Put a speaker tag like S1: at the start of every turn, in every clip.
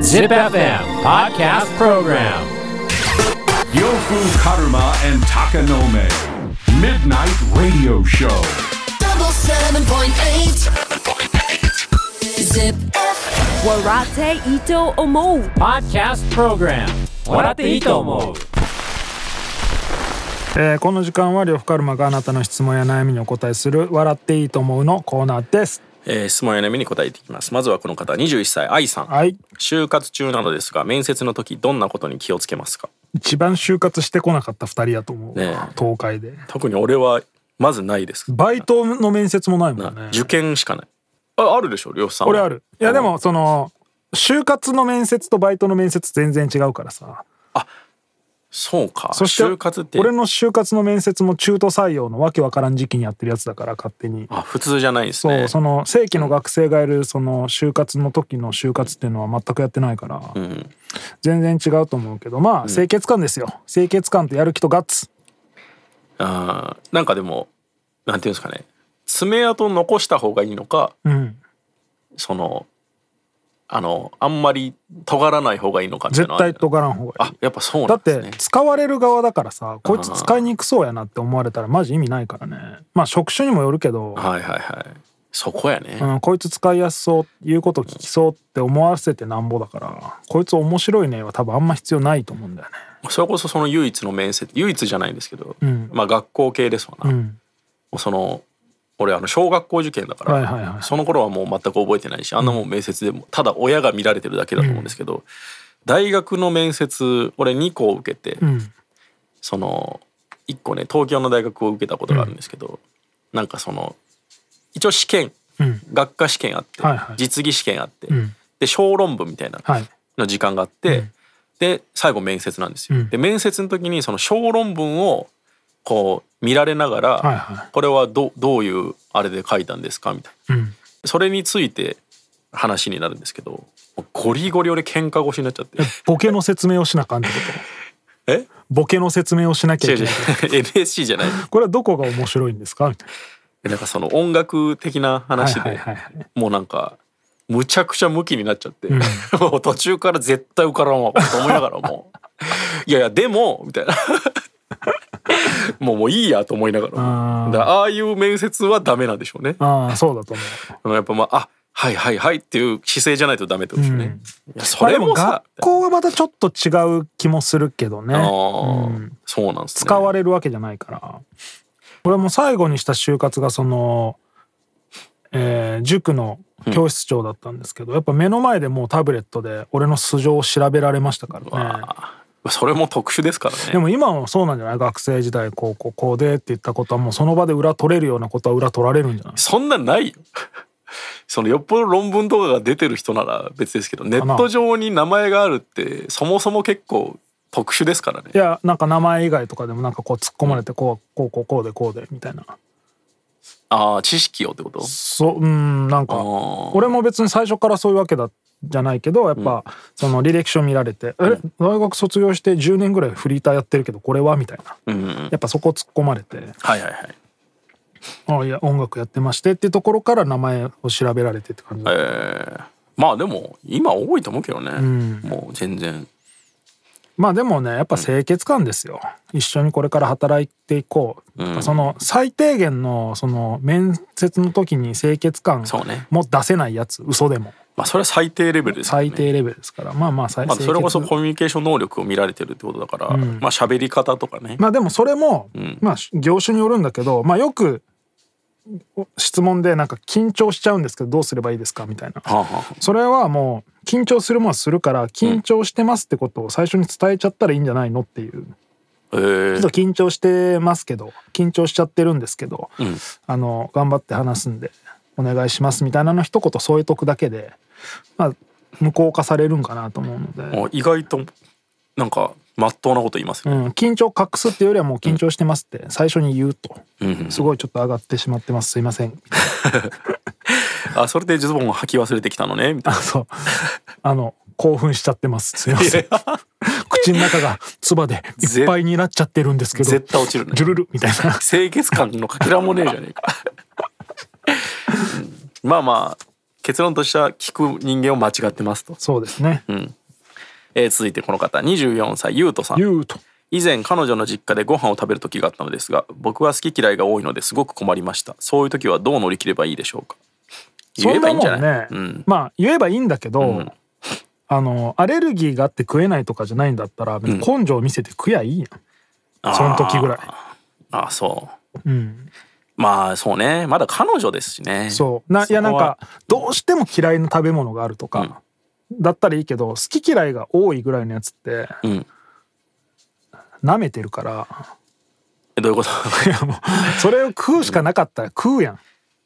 S1: Zip FM Podcast Program
S2: Yofu Karuma and Takanome. Midnight Radio Show.
S3: double seven point eight. Zip.
S4: Warate Ito Omo.
S1: Podcast Program 笑っていいと思う
S5: えーこの時間は呂布カルマがあなたの質問や悩みにお答えする「笑っていいと思う」のコーナーです
S6: えー質問や悩みに答えていきますまずはこの方21歳愛さん、
S5: はい
S6: 就活中なのですが面接の時どんなことに気をつけますか
S5: 一番就活してこなかった2人やと思う、
S6: ねえ
S5: 東海で
S6: 特に俺はまずないです
S5: バイトの面接もないもん
S6: な
S5: ね
S6: 受験しかないああるでしょ両夫さんは
S5: 俺あるいやでもその就活の面接とバイトの面接全然違うからさ
S6: そうか
S5: そして
S6: 就活って
S5: 俺の就活の面接も中途採用のわけわからん時期にやってるやつだから勝手に
S6: あ普通じゃないです
S5: そう、
S6: ね
S5: その正規の学生がいるその就活の時の就活っていうのは全くやってないから、全然違うと思うけどまあ清潔感ですよ、清潔感とやる気とガッツ
S6: あーなんかでもなんていうんですかね爪痕残した方がいいのか
S5: うん
S6: そのあのあんまり尖らない方がいいのかっていう
S5: 絶
S6: のは
S5: 対尖らん方がいい
S6: あやっぱそ
S5: だ
S6: うなん
S5: っ
S6: です
S5: て
S6: ね
S5: 使われる側だからさこいつ使いにくそうやなって思われたらマジ意味ないからねまあ職種にもよるけど、
S6: はいはいはいそこやね、
S5: うん、こいつ使いやすそう言うこと聞きそうって思わせてなんぼだからこいつ面白いねは多分あんま必要ないと思うんだよね
S6: それこそその唯一の面接唯一じゃないんですけど、まあ学校系ですわな、もうその俺あの小学校受験だから、
S5: はいはいはい
S6: その頃はもう全く覚えてないしあんなもん面接でもただ親が見られてるだけだと思うんですけど、大学の面接俺2校受けて、
S5: ん
S6: その1個ね東京の大学を受けたことがあるんですけど、なんかその一応試験、
S5: うん
S6: 学科試験あって、
S5: はいはい
S6: 実技試験あって、
S5: ん
S6: で小論文みたいな、
S5: はい
S6: の時間があって、で最後面接なんですよ。
S5: うん
S6: で面接の時にその小論文をこう見られながら、
S5: はいは
S6: これはどどういうあれで書いたんですかみたいな、
S5: うん
S6: それについて話になるんですけどもうゴリゴリ俺喧嘩腰になっ ちゃって
S5: ボケの説明をしなあかんってこと
S6: え
S5: ボケの説明をしなきゃ
S6: 違う
S5: いけ
S6: 違う
S5: ない
S6: NSC じゃない
S5: これはどこが面白いんですかみたい
S6: なんかその音楽的な話で、
S5: はいはいはいは
S6: もうなんかむちゃくちゃ向きになっちゃって、 もう途中から絶対受からんわと思いなが らもういやいやでもみたいな もうもういいやと思いながら
S5: あー
S6: もだからああいう面接はダメなんでしょうね
S5: なああそうだと思う
S6: やっぱまああはいはいはいっていう姿勢じゃないとダメって ことですよね、いやそれも
S5: まあ
S6: さ
S5: でも学校はまたちょっと違う気もするけどね
S6: あーそうなんですね
S5: 使われるわけじゃないから俺も最後にした就活がその、えー塾の教室長だったんですけど、やっぱ目の前でもうタブレットで俺の素性を調べられましたからね
S6: あーそれも特殊ですからね
S5: でも今もそうなんじゃない学生時代こうこうこうでって言ったことはもうその場で裏取れるようなことは裏取られるんじゃない
S6: そんなんないよ。 そのよっぽど論文とかが出てる人なら別ですけどネット上に名前があるってそもそも結構特殊ですからね
S5: いやなんか名前以外とかでもなんかこう突っ込まれてこうこうこうこうでこうでみたいな
S6: ああ知識をってこと
S5: そううんなんか
S6: あー
S5: 俺も別に最初からそういうわけだじゃないけどやっぱその履歴書見られて「え大学卒業して10年ぐらいフリーターやってるけどこれは?」みたいな
S6: うんうん
S5: やっぱそこ突っ込まれて
S6: はいはいは
S5: 「
S6: い
S5: あいや音楽やってまして」っていうところから名前を調べられてって感じだ
S6: えーまあでも今多いと思うけどね、もう全然
S5: まあでもねやっぱ清潔感ですよ、一緒にこれから働いていこう、やっぱその最低限のその面接の時に清潔感
S6: そうね
S5: も出せないやつ嘘でも
S6: まあそれは最低レベルですよね
S5: 最低レベルですから、まあまあ最
S6: まあ、それこそ
S5: 清潔
S6: コミュニケーション能力を見られてるってことだから、まあ喋り方とかね、
S5: まあでもそれも、まあ業種によるんだけどまあよくお質問でなんか緊張しちゃうんですけどどうすればいいですかみたいな
S6: はあはあ
S5: それはもう緊張するものはするから緊張してますってことを最初に伝えちゃったらいいんじゃないのっていうち
S6: え
S5: ょ
S6: ー
S5: っと緊張してますけど緊張しちゃってるんですけど、
S6: ん
S5: あの頑張って話すんでお願いしますみたいなの一言添えとくだけで、まあ、無効化されるんかなと思うので、
S6: あ意外となんかまっとうなこと言います
S5: う
S6: ね、
S5: ん、緊張を隠すっていうよりはもう緊張してますって最初に言うと、すごいちょっと上がってしまってますすいません
S6: あそれでズボンを履き忘れてきたのねみたいな
S5: そうあの興奮しちゃってますすいません口の中が唾でいっぱいになっちゃってるんですけど
S6: 絶対落ちるね
S5: ジュルルみたいな
S6: 清潔感のかけらもねえじゃねえかうんまあまあ結論としては聞く人間を間違ってますと、
S5: そうですね。
S6: えー続いてこの方24歳ゆうとさん
S5: 言うと。
S6: 以前彼女の実家でご飯を食べる時があったのですが僕は好き嫌いが多いのですごく困りましたそういう時はどう乗り切ればいいでしょうか
S5: そ
S6: 言え
S5: ん
S6: ばい
S5: ない
S6: んじ
S5: も
S6: ゃ
S5: ん
S6: な
S5: ね
S6: い、うん、
S5: まあ言えばいいんだけど、
S6: うん
S5: あのアレルギーがあって食えないとかじゃないんだったら別に根性を見せて食やいいやん、その時ぐらい
S6: ああそう
S5: うん、
S6: まあそうねまだ彼女ですしね
S5: そうないや
S6: そ
S5: なん
S6: こは
S5: かどうしても嫌いな食べ物があるとか、だったらいいけど好き嫌いが多いぐらいのやつって
S6: うん
S5: 舐めてるから
S6: えどういうこと
S5: それを食うしかなかったら食うやん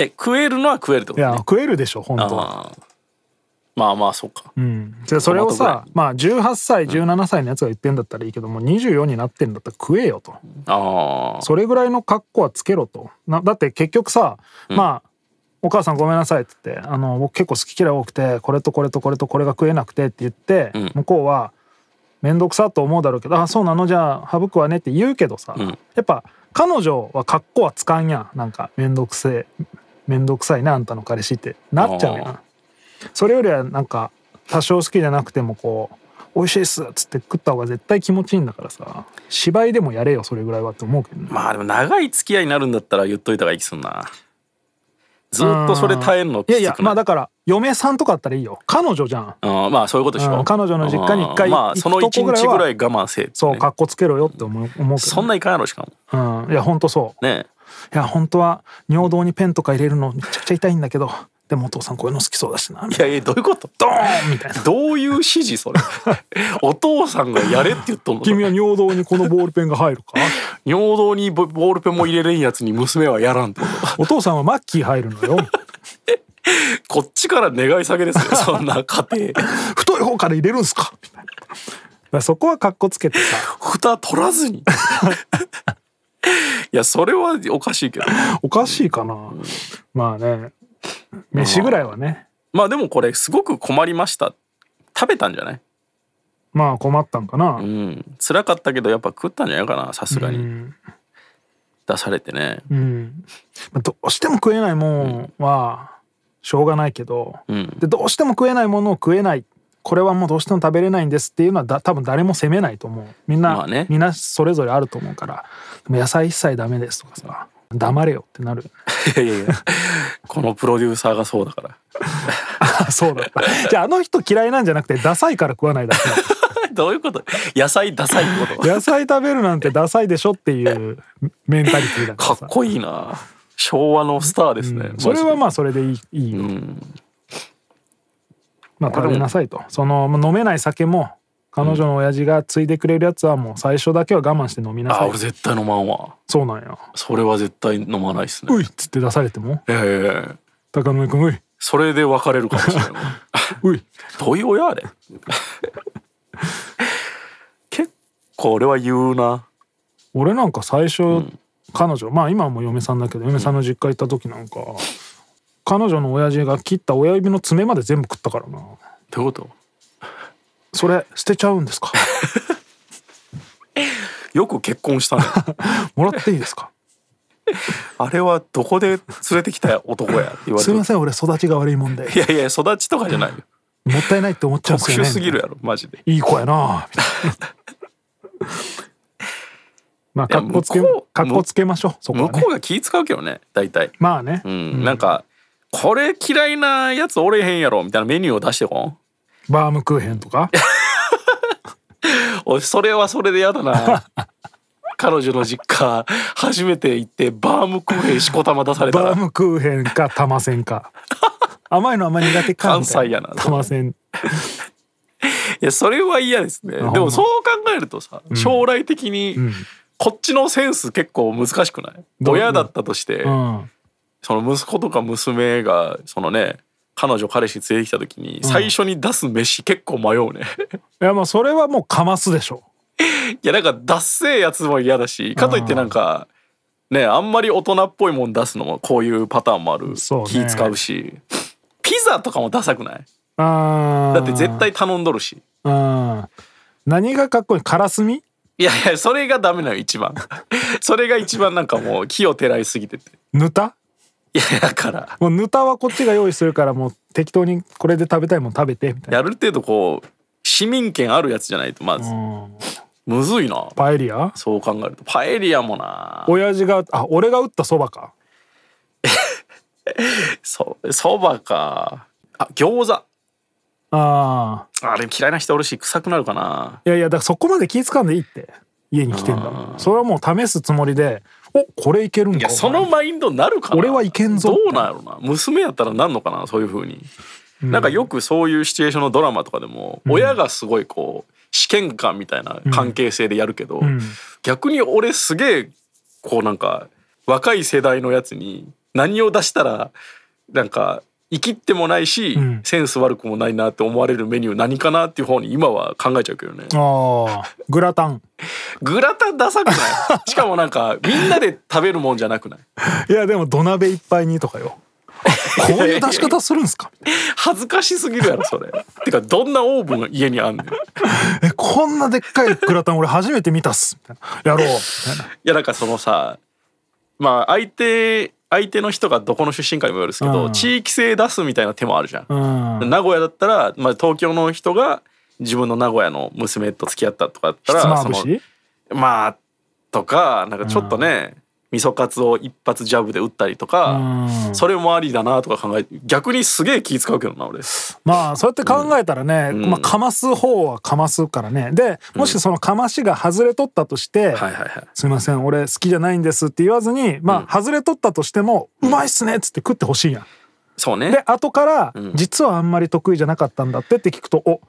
S6: え食えるのは食えるってこ
S5: い
S6: と
S5: や
S6: ね
S5: 食えるでしょ本当は
S6: あーまあまあそうか、
S5: うんじゃあそれを
S6: トマト
S5: さまあ18歳17歳のやつが言ってんだったらいいけどもう24になってんだったら食えよと
S6: ああ
S5: それぐらいの格好はつけろとなだって結局さ、まあお母さんごめんなさいって言ってあの僕結構好き嫌い多くてこれとこれとこれとこれが食えなくてって言って、
S6: ん
S5: 向こうは面倒くさと思うだろうけどあそうなのじゃあ省くわねって言うけどさ、
S6: ん
S5: やっぱ彼女は格好はつかんやんなんか面倒くせえ面倒くさいなあんたの彼氏ってなっちゃうや
S6: あ
S5: んそれよりはなんか多少好きじゃなくてもこう美味しいっすっつって食った方が絶対気持ちいいんだからさ芝居でもやれよそれぐらいはって思うけどね
S6: まあでも長い付き合いになるんだったら言っといた方がいい気すんなずっとそれ耐えるのきつく
S5: い
S6: な
S5: や
S6: い
S5: いやまあだから嫁さんとかだったらいいよ彼女じゃん
S6: あーまあそういうことでしょ、
S5: うん彼女の実家に一回
S6: まあ
S5: 行く
S6: その
S5: と
S6: 一
S5: こぐらいは
S6: 日ぐらい我慢せえってね、
S5: そうかっこつけろよって思う思うけどね、
S6: そんないかんやろしかも
S5: うんいやほんとそう
S6: ね
S5: いや本当は尿道にペンとか入れるのめちゃくちゃ痛いんだけどでもお父さんこういうの好きそうだしなみ
S6: いやいやどういうことドーンみたいなどういう指示 それお父さんがやれって言っとんの
S5: 君は尿道にこのボールペンが入 るか
S6: 尿道にボボールペンも入れれんやつに娘はやらんってこ
S5: お父さんはマッキー入るのよ
S6: とこっちから願い下げですよそんな家庭
S5: 太い方から入れるんすかみたいなだからそこはかっこつけてさ
S6: 蓋取らずに いやそれはおかしいけど
S5: おかしいかな、まあね飯ぐらいはね
S6: まあでもこれすごく困りました食べたんじゃない
S5: まあ困ったんかな、
S6: うん辛かったけどやっぱ食ったんじゃないかなさすが
S5: う
S6: に
S5: ん
S6: 出されてね
S5: うん、まあどうしても食えないもんはしょうがないけど、
S6: ん
S5: でどうしても食えないものを食えないこれはもうどうしても食べれないんですっていうのはだ多分誰も責めないと思うみんな、
S6: まあね
S5: みんなそれぞれあると思うからでも野菜一切ダメですとかさ黙れよってなる
S6: いやいやいや このプロデューサーがそうだから
S5: あそうだった じゃああの人嫌いなんじゃなくてダサいから食わないだけ
S6: どういうこと野菜ダサいってこと
S5: 野菜食べるなんてダサいでしょっていうメンタリティーだ
S6: か
S5: から
S6: っ
S5: さ
S6: こいいな昭和のスターですね、
S5: それは
S6: マ
S5: まあそれでいいいいよ、
S6: ジでうん
S5: まあ食べなさいとそのまあ飲めない酒も彼女の親父がついでくれるやつはもう最初だけは我慢して飲みな
S6: あ
S5: さい
S6: 俺絶対飲まんわ
S5: そうなんや
S6: それは絶対飲まないです
S5: 「う
S6: ね
S5: い!」っつって出されても
S6: ええ
S5: 「高野君うい
S6: それで別れるかもしれない
S5: うい
S6: どういう親あれ結構俺は言うな
S5: 俺なんか最初、彼女まあ今はもう嫁さんだけど嫁さんの実家行った時なんか、彼女の親父が切った親指の爪まで全部食ったからな
S6: どういうこと
S5: それ捨てちゃうんですか
S6: よく結 婚したね
S5: もらっていい ですか
S6: あれはどこで連れてきた男やって言われ
S5: す
S6: て
S5: い
S6: る
S5: ません俺育ちが悪いもんで
S6: いやいや育ちとかじゃないよ
S5: もったいないって思っちゃうんです
S6: 特
S5: よね
S6: 殊すぎるやろマジで
S5: いい子や なみたいなまあかっこつけ
S6: いや向こう
S5: かっこつけましょうそこ
S6: 向
S5: は、ね
S6: こ、うが気使うけどね大体
S5: まあね、
S6: うん、なんかこれ嫌いなやつおれへんやろみたいなメニューを出してこん
S5: バームクーヘンと か
S6: おいそれはそれでや だな彼女の実家初めて行ってバームクーヘンしこたま出された
S5: バー
S6: ら
S5: ムクーヘンか玉せん か甘いのあんまり苦手かみたい
S6: 関西やな
S5: 玉せん
S6: いやそれは嫌ですねで
S5: ほんま
S6: もそう考えるとさ将来的にこっちのセンス結構難しくない、
S5: どう
S6: 親だったとして、
S5: うん
S6: その息子とか娘がそのね彼女彼氏連れてきた時に最初に出す飯結構迷うね、
S5: いやまあそれはもうかますでしょ
S6: いやなんかダッセーやつも嫌だしかといってなんかねあんまり大人っぽいもん出すのもこういうパターンもある、
S5: そうね
S6: 気使うしピザとかもダサくない
S5: あー
S6: だって絶対頼んどるし
S5: うん何がかっこいいカラスミ
S6: いやいや それがダメなの一番それが一番なんかもう木をてらいすぎてて
S5: ヌタ
S6: いやだから
S5: もうヌタはこっちが用意するからもう適当にこれで食べたいもん食べてみたいな
S6: やる程度こう市民権あるやつじゃないとまず
S5: うん
S6: むずいな
S5: パエリア
S6: そう考えるとパエリアもな
S5: 親父があ俺が打ったそばか
S6: そそばかあ餃子
S5: ああ
S6: あれ嫌いな人おるし臭くなるかない
S5: やいやだからそこまで気使わんでいいって家に来てんだもんそれはもう試すつもりでおこれいけるんか
S6: いやそのマインドになるかな
S5: 俺はいけんぞ
S6: どうなんやろな娘やったらなんのかなそういうふうに、なんかよくそういうシチュエーションのドラマとかでも、親がすごいこう試験官みたいな関係性でやるけど、
S5: ん
S6: 逆に俺すげえこうなんか若い世代のやつに何を出したらなんか生きってもないし、
S5: ん
S6: センス悪くもないなって思われるメニュー何かなっていう方に今は考えちゃうけどね
S5: ああグラタン
S6: グラタンダサくないしかもなんかみんなで食べるもんじゃなくない
S5: いやでも土鍋いっぱいにとかよあこういう出し方するんすか
S6: 恥ずかしすぎるやろそれてかどんなオーブンが家にあんねんい
S5: えこんなでっかいグラタン俺初めて見たっすみたいなやろうみたいな
S6: やなんかそのさまあ相手相手の人がどこの出身かにもよるんですけど、
S5: うん
S6: 地域性出すみたいな手もあるじゃん、
S5: うん
S6: 名古屋だったら、まあ、東京の人が自分の名古屋の娘と付き合ったとかだった
S5: ひつ
S6: ら
S5: ま
S6: そ
S5: ぶ
S6: の
S5: し
S6: まあとかなんかちょっとね、味噌カツを一発ジャブで打ったりとか、
S5: うん
S6: それもありだなとか考え逆にすげえ気使うけどな俺
S5: まあそうやって考えたらね、
S6: ん
S5: まあ、かます方はかますからねでもしそのかましが外れ取ったとして、
S6: はいはいはい
S5: すいません俺好きじゃないんですって言わずにまあ外れ取ったとしても、うまいっすねっつって食ってほしいやん。
S6: そうね
S5: で後から、
S6: ん
S5: 実はあんまり得意じゃなかったんだってって聞くとお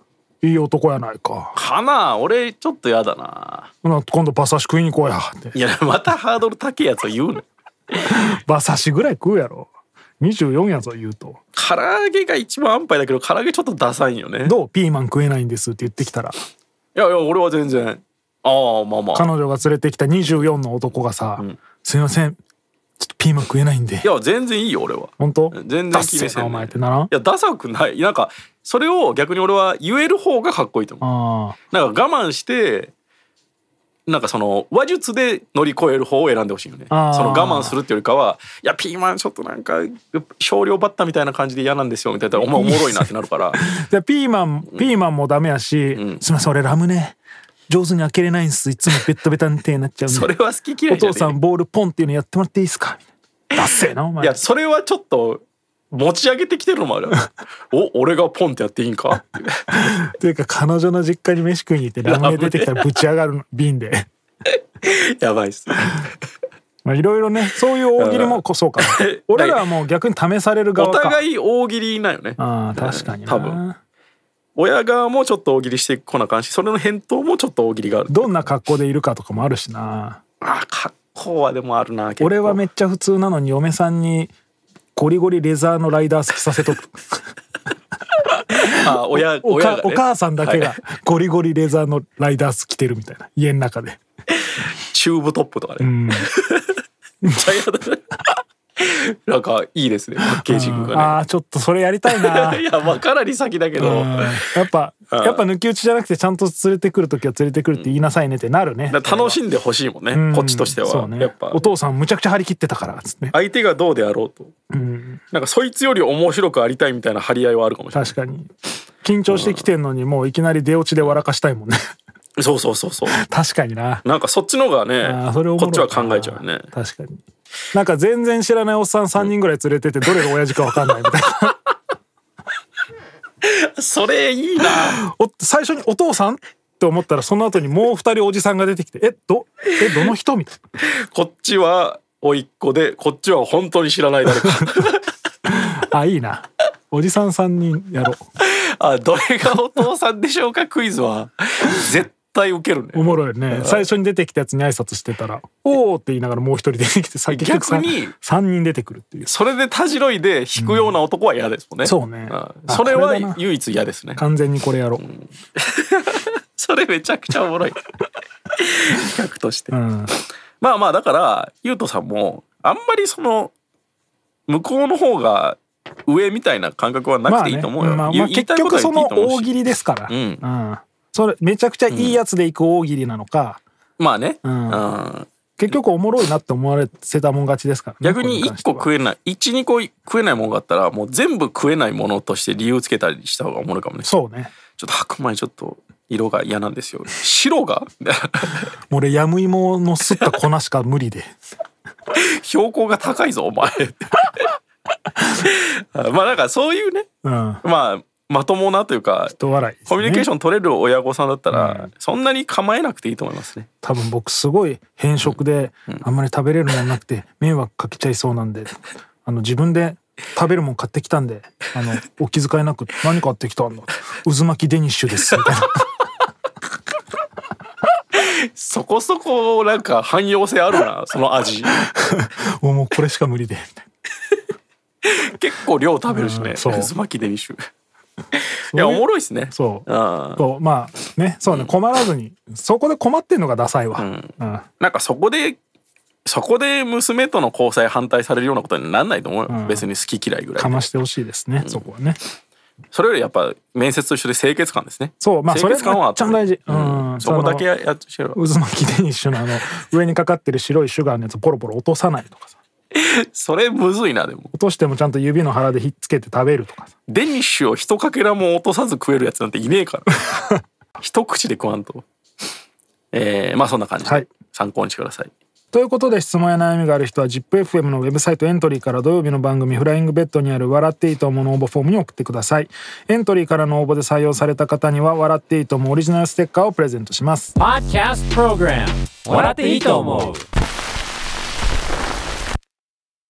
S5: いい男やないか
S6: かな俺ちょっとやだな
S5: ほな今度馬刺し食いに行こうやって
S6: いやまたハードル高いやつを言うの
S5: 馬刺しぐらい食うやろ24やぞ言うと
S6: 唐揚げが一番安牌だけど唐揚げちょっとダサいんよね
S5: どうピーマン食えないんですって言ってきたら
S6: いやいや俺は全然ああまあまあ
S5: 彼女が連れてきた24の男がさ「すいませんちょっとピーマン食えないんで
S6: いや全然いいよ俺は
S5: 本当
S6: 全然
S5: ダッ
S6: 気
S5: セ
S6: に
S5: ー
S6: せ
S5: なんお前
S6: ね
S5: ってならん
S6: いやダサくないなんかそれを逆に俺は言える方がかっこいいと思
S5: あ
S6: うなんか我慢してなんかその話術で乗り越える方を選んでほしいよねそ
S5: あー
S6: の我慢するっていうよりかはいやピーマンちょっとなんか少量バッタみたいな感じで嫌なんですよみたいなお前おもろいなってなるから
S5: あじゃあピーマンピーマンもダメやし、
S6: うん
S5: すいません俺ラムネ上手に開けれないんですいつもベッタベタに手になっちゃうんで
S6: それは好き嫌
S5: お
S6: いじゃ
S5: 父
S6: ねえ
S5: さんボールポンっていうのやってもらっていいですか?」みたいな「ダッセーなお
S6: い
S5: 前
S6: やそれはちょっと持ち上げてきてるのもある お俺がポンってやっていいんかっていう」
S5: というか彼女の実家に飯食いに行ってラムネ出てきたらぶち上がるの瓶で。
S6: やばいっす
S5: まあいろいろねそういう大喜利もこそうか 俺らはもう逆に試される
S6: お
S5: 側か
S6: 互い大喜利なんよね
S5: ああ確かにな
S6: 多分親側もちょっと大喜利してこなあかんしそれの返答もちょっと大喜利がある
S5: どんな格好でいるかとかもあるしな
S6: あー格好はでもあるな結構
S5: 俺はめっちゃ普通なのに嫁さんにゴリゴリレザーのライダー好きさせとく
S6: あー親
S5: お
S6: 親
S5: か
S6: が、ね、
S5: お母さんだけが
S6: はい
S5: ゴリゴリレザーのライダース着てるみたいな家の中で
S6: チューブトップとかね、めっちゃ嫌だね なんかいいですねパッケージング
S5: あ
S6: が
S5: あちょっとそれやりたいな
S6: ねいやまあかなり先だけど、
S5: うんやっぱやっぱ抜き打ちじゃなくてちゃんと連れてくる時は連れてくるって言いなさいねってなるね
S6: だから楽しんでほしいもんね、
S5: うん
S6: こっちとして
S5: そ
S6: は、
S5: うね
S6: やっぱ
S5: お父さんむちゃくちゃ張り切ってたからっつってね
S6: 相手がどうであろうと、なんかそいつより面白くありたいみたいな張り合いはあるかもしれな
S5: 確かに緊張してきてんのにもういきなり出落ちで笑かしたいもんね
S6: いそうそうそうそう
S5: 確かにな
S6: なんかそっちの方が
S5: あ
S6: ね
S5: ーそれおも
S6: こ
S5: ろ
S6: っ
S5: い
S6: ち
S5: な
S6: は考えちゃうね
S5: 確かになんか全然知らないおっさん3人ぐらい連れててどれが親父か分かんないみたいな
S6: それいいな
S5: お最初にお父さんって思ったらその後にもう2人おじさんが出てきて「えどえどの人?」みたい
S6: こっちは甥っ子でこっちは本当に知らない 誰か
S5: なあいいなおじさん3人やろ
S6: あどれがお父さんでしょうかクイズは絶対受ける
S5: うお
S6: ね
S5: もろいよね最初に出てきたやつに挨拶してたら「おお」って言いながらもう1人出てきてさっき
S6: 逆に
S5: 3人出てくるっていう
S6: それでたじろいで引くような男は嫌ですもんね、
S5: んそうね
S6: あ
S5: あ
S6: それ
S5: これだ
S6: は
S5: な
S6: 唯一嫌ですね
S5: 完全にこれやろう
S6: それめちゃくちゃお もろい企画として
S5: うん
S6: まあまあだからゆうとさんもあんまりその向こうの方が上みたいな感覚はなくていいと思うよ。
S5: まあねまあ、
S6: 言い言い
S5: 結
S6: たいこと
S5: 局
S6: は言
S5: そ
S6: ってい
S5: の
S6: いと思
S5: 大
S6: うし
S5: 喜利ですから、
S6: うん
S5: うんそれめちゃくちゃいいやつでいく大喜利なのか、
S6: まあね、
S5: ん
S6: うん
S5: 結局おもろいなって思われせたもん勝ちですからね
S6: 逆に1
S5: これ関しては
S6: 個食えない12個食えないものがあったらもう全部食えないものとして理由つけたりした方がおもろいかもねちょ
S5: そうね
S6: っと白米ちょっと色が嫌なんですよ白が
S5: もう俺ヤムイモのすった粉しか無理 で
S6: 標高が高いぞお前 あまあなんかそういうね
S5: うん
S6: まあまともなというか
S5: 人笑いですね
S6: コミュニケーション取れる親御さんだった
S5: う
S6: らそんなに構えなくていいと思いますね
S5: 多分僕すごい偏食であんまり食べれるもんなくて迷惑かけちゃいそうなんであの自分で食べるもん買ってきたんであのお気遣いなく「何買ってきたんだ?」「渦巻きデニッシュです」みたいな
S6: そこそこなんか汎用性あ るなその味
S5: 「もうもうこれしか無理で」みたいな
S6: 結構量食べるしね
S5: うんそう
S6: 渦巻きデニッシュ
S5: う
S6: いやおもろいっすね
S5: そう
S6: うん
S5: こうまあねそうね困らずにそこで困ってんのがダサいわ、うん
S6: なんかそこでそこで娘との交際反対されるようなことにならないと思うよ、
S5: うん
S6: 別に好き嫌いぐらい
S5: か
S6: で
S5: ましてほしいですね、そこはね
S6: それよりやっぱ面接と一緒で清潔感ですね
S5: そうまあそ
S6: 清
S5: れ
S6: 潔感はあった
S5: めっちゃ大事うん
S6: うんそこだけややっちゃう
S5: 渦巻きデニッシュのあの上にかかってる白いシュガーのやつポロポロ落とさないとかさ
S6: それむずいなでも
S5: 落としてもちゃんと指の腹でひっつけて食べるとかさ
S6: デニッシュを一かけらも落とさず食えるやつなんていねえから 一口で食わんとえー、まあそんな感じで、
S5: はい
S6: 参考にしてください
S5: ということで質問や悩みがある人は ZIPFM のウェブサイトエントリーから土曜日の番組「フライングベッド」にある「笑っていいと思う」の応募フォームに送ってくださいエントリーからの応募で採用された方には「笑っていいと思う」オリジナルステッカーをプレゼントします
S1: Podcast Program 笑っていいと思う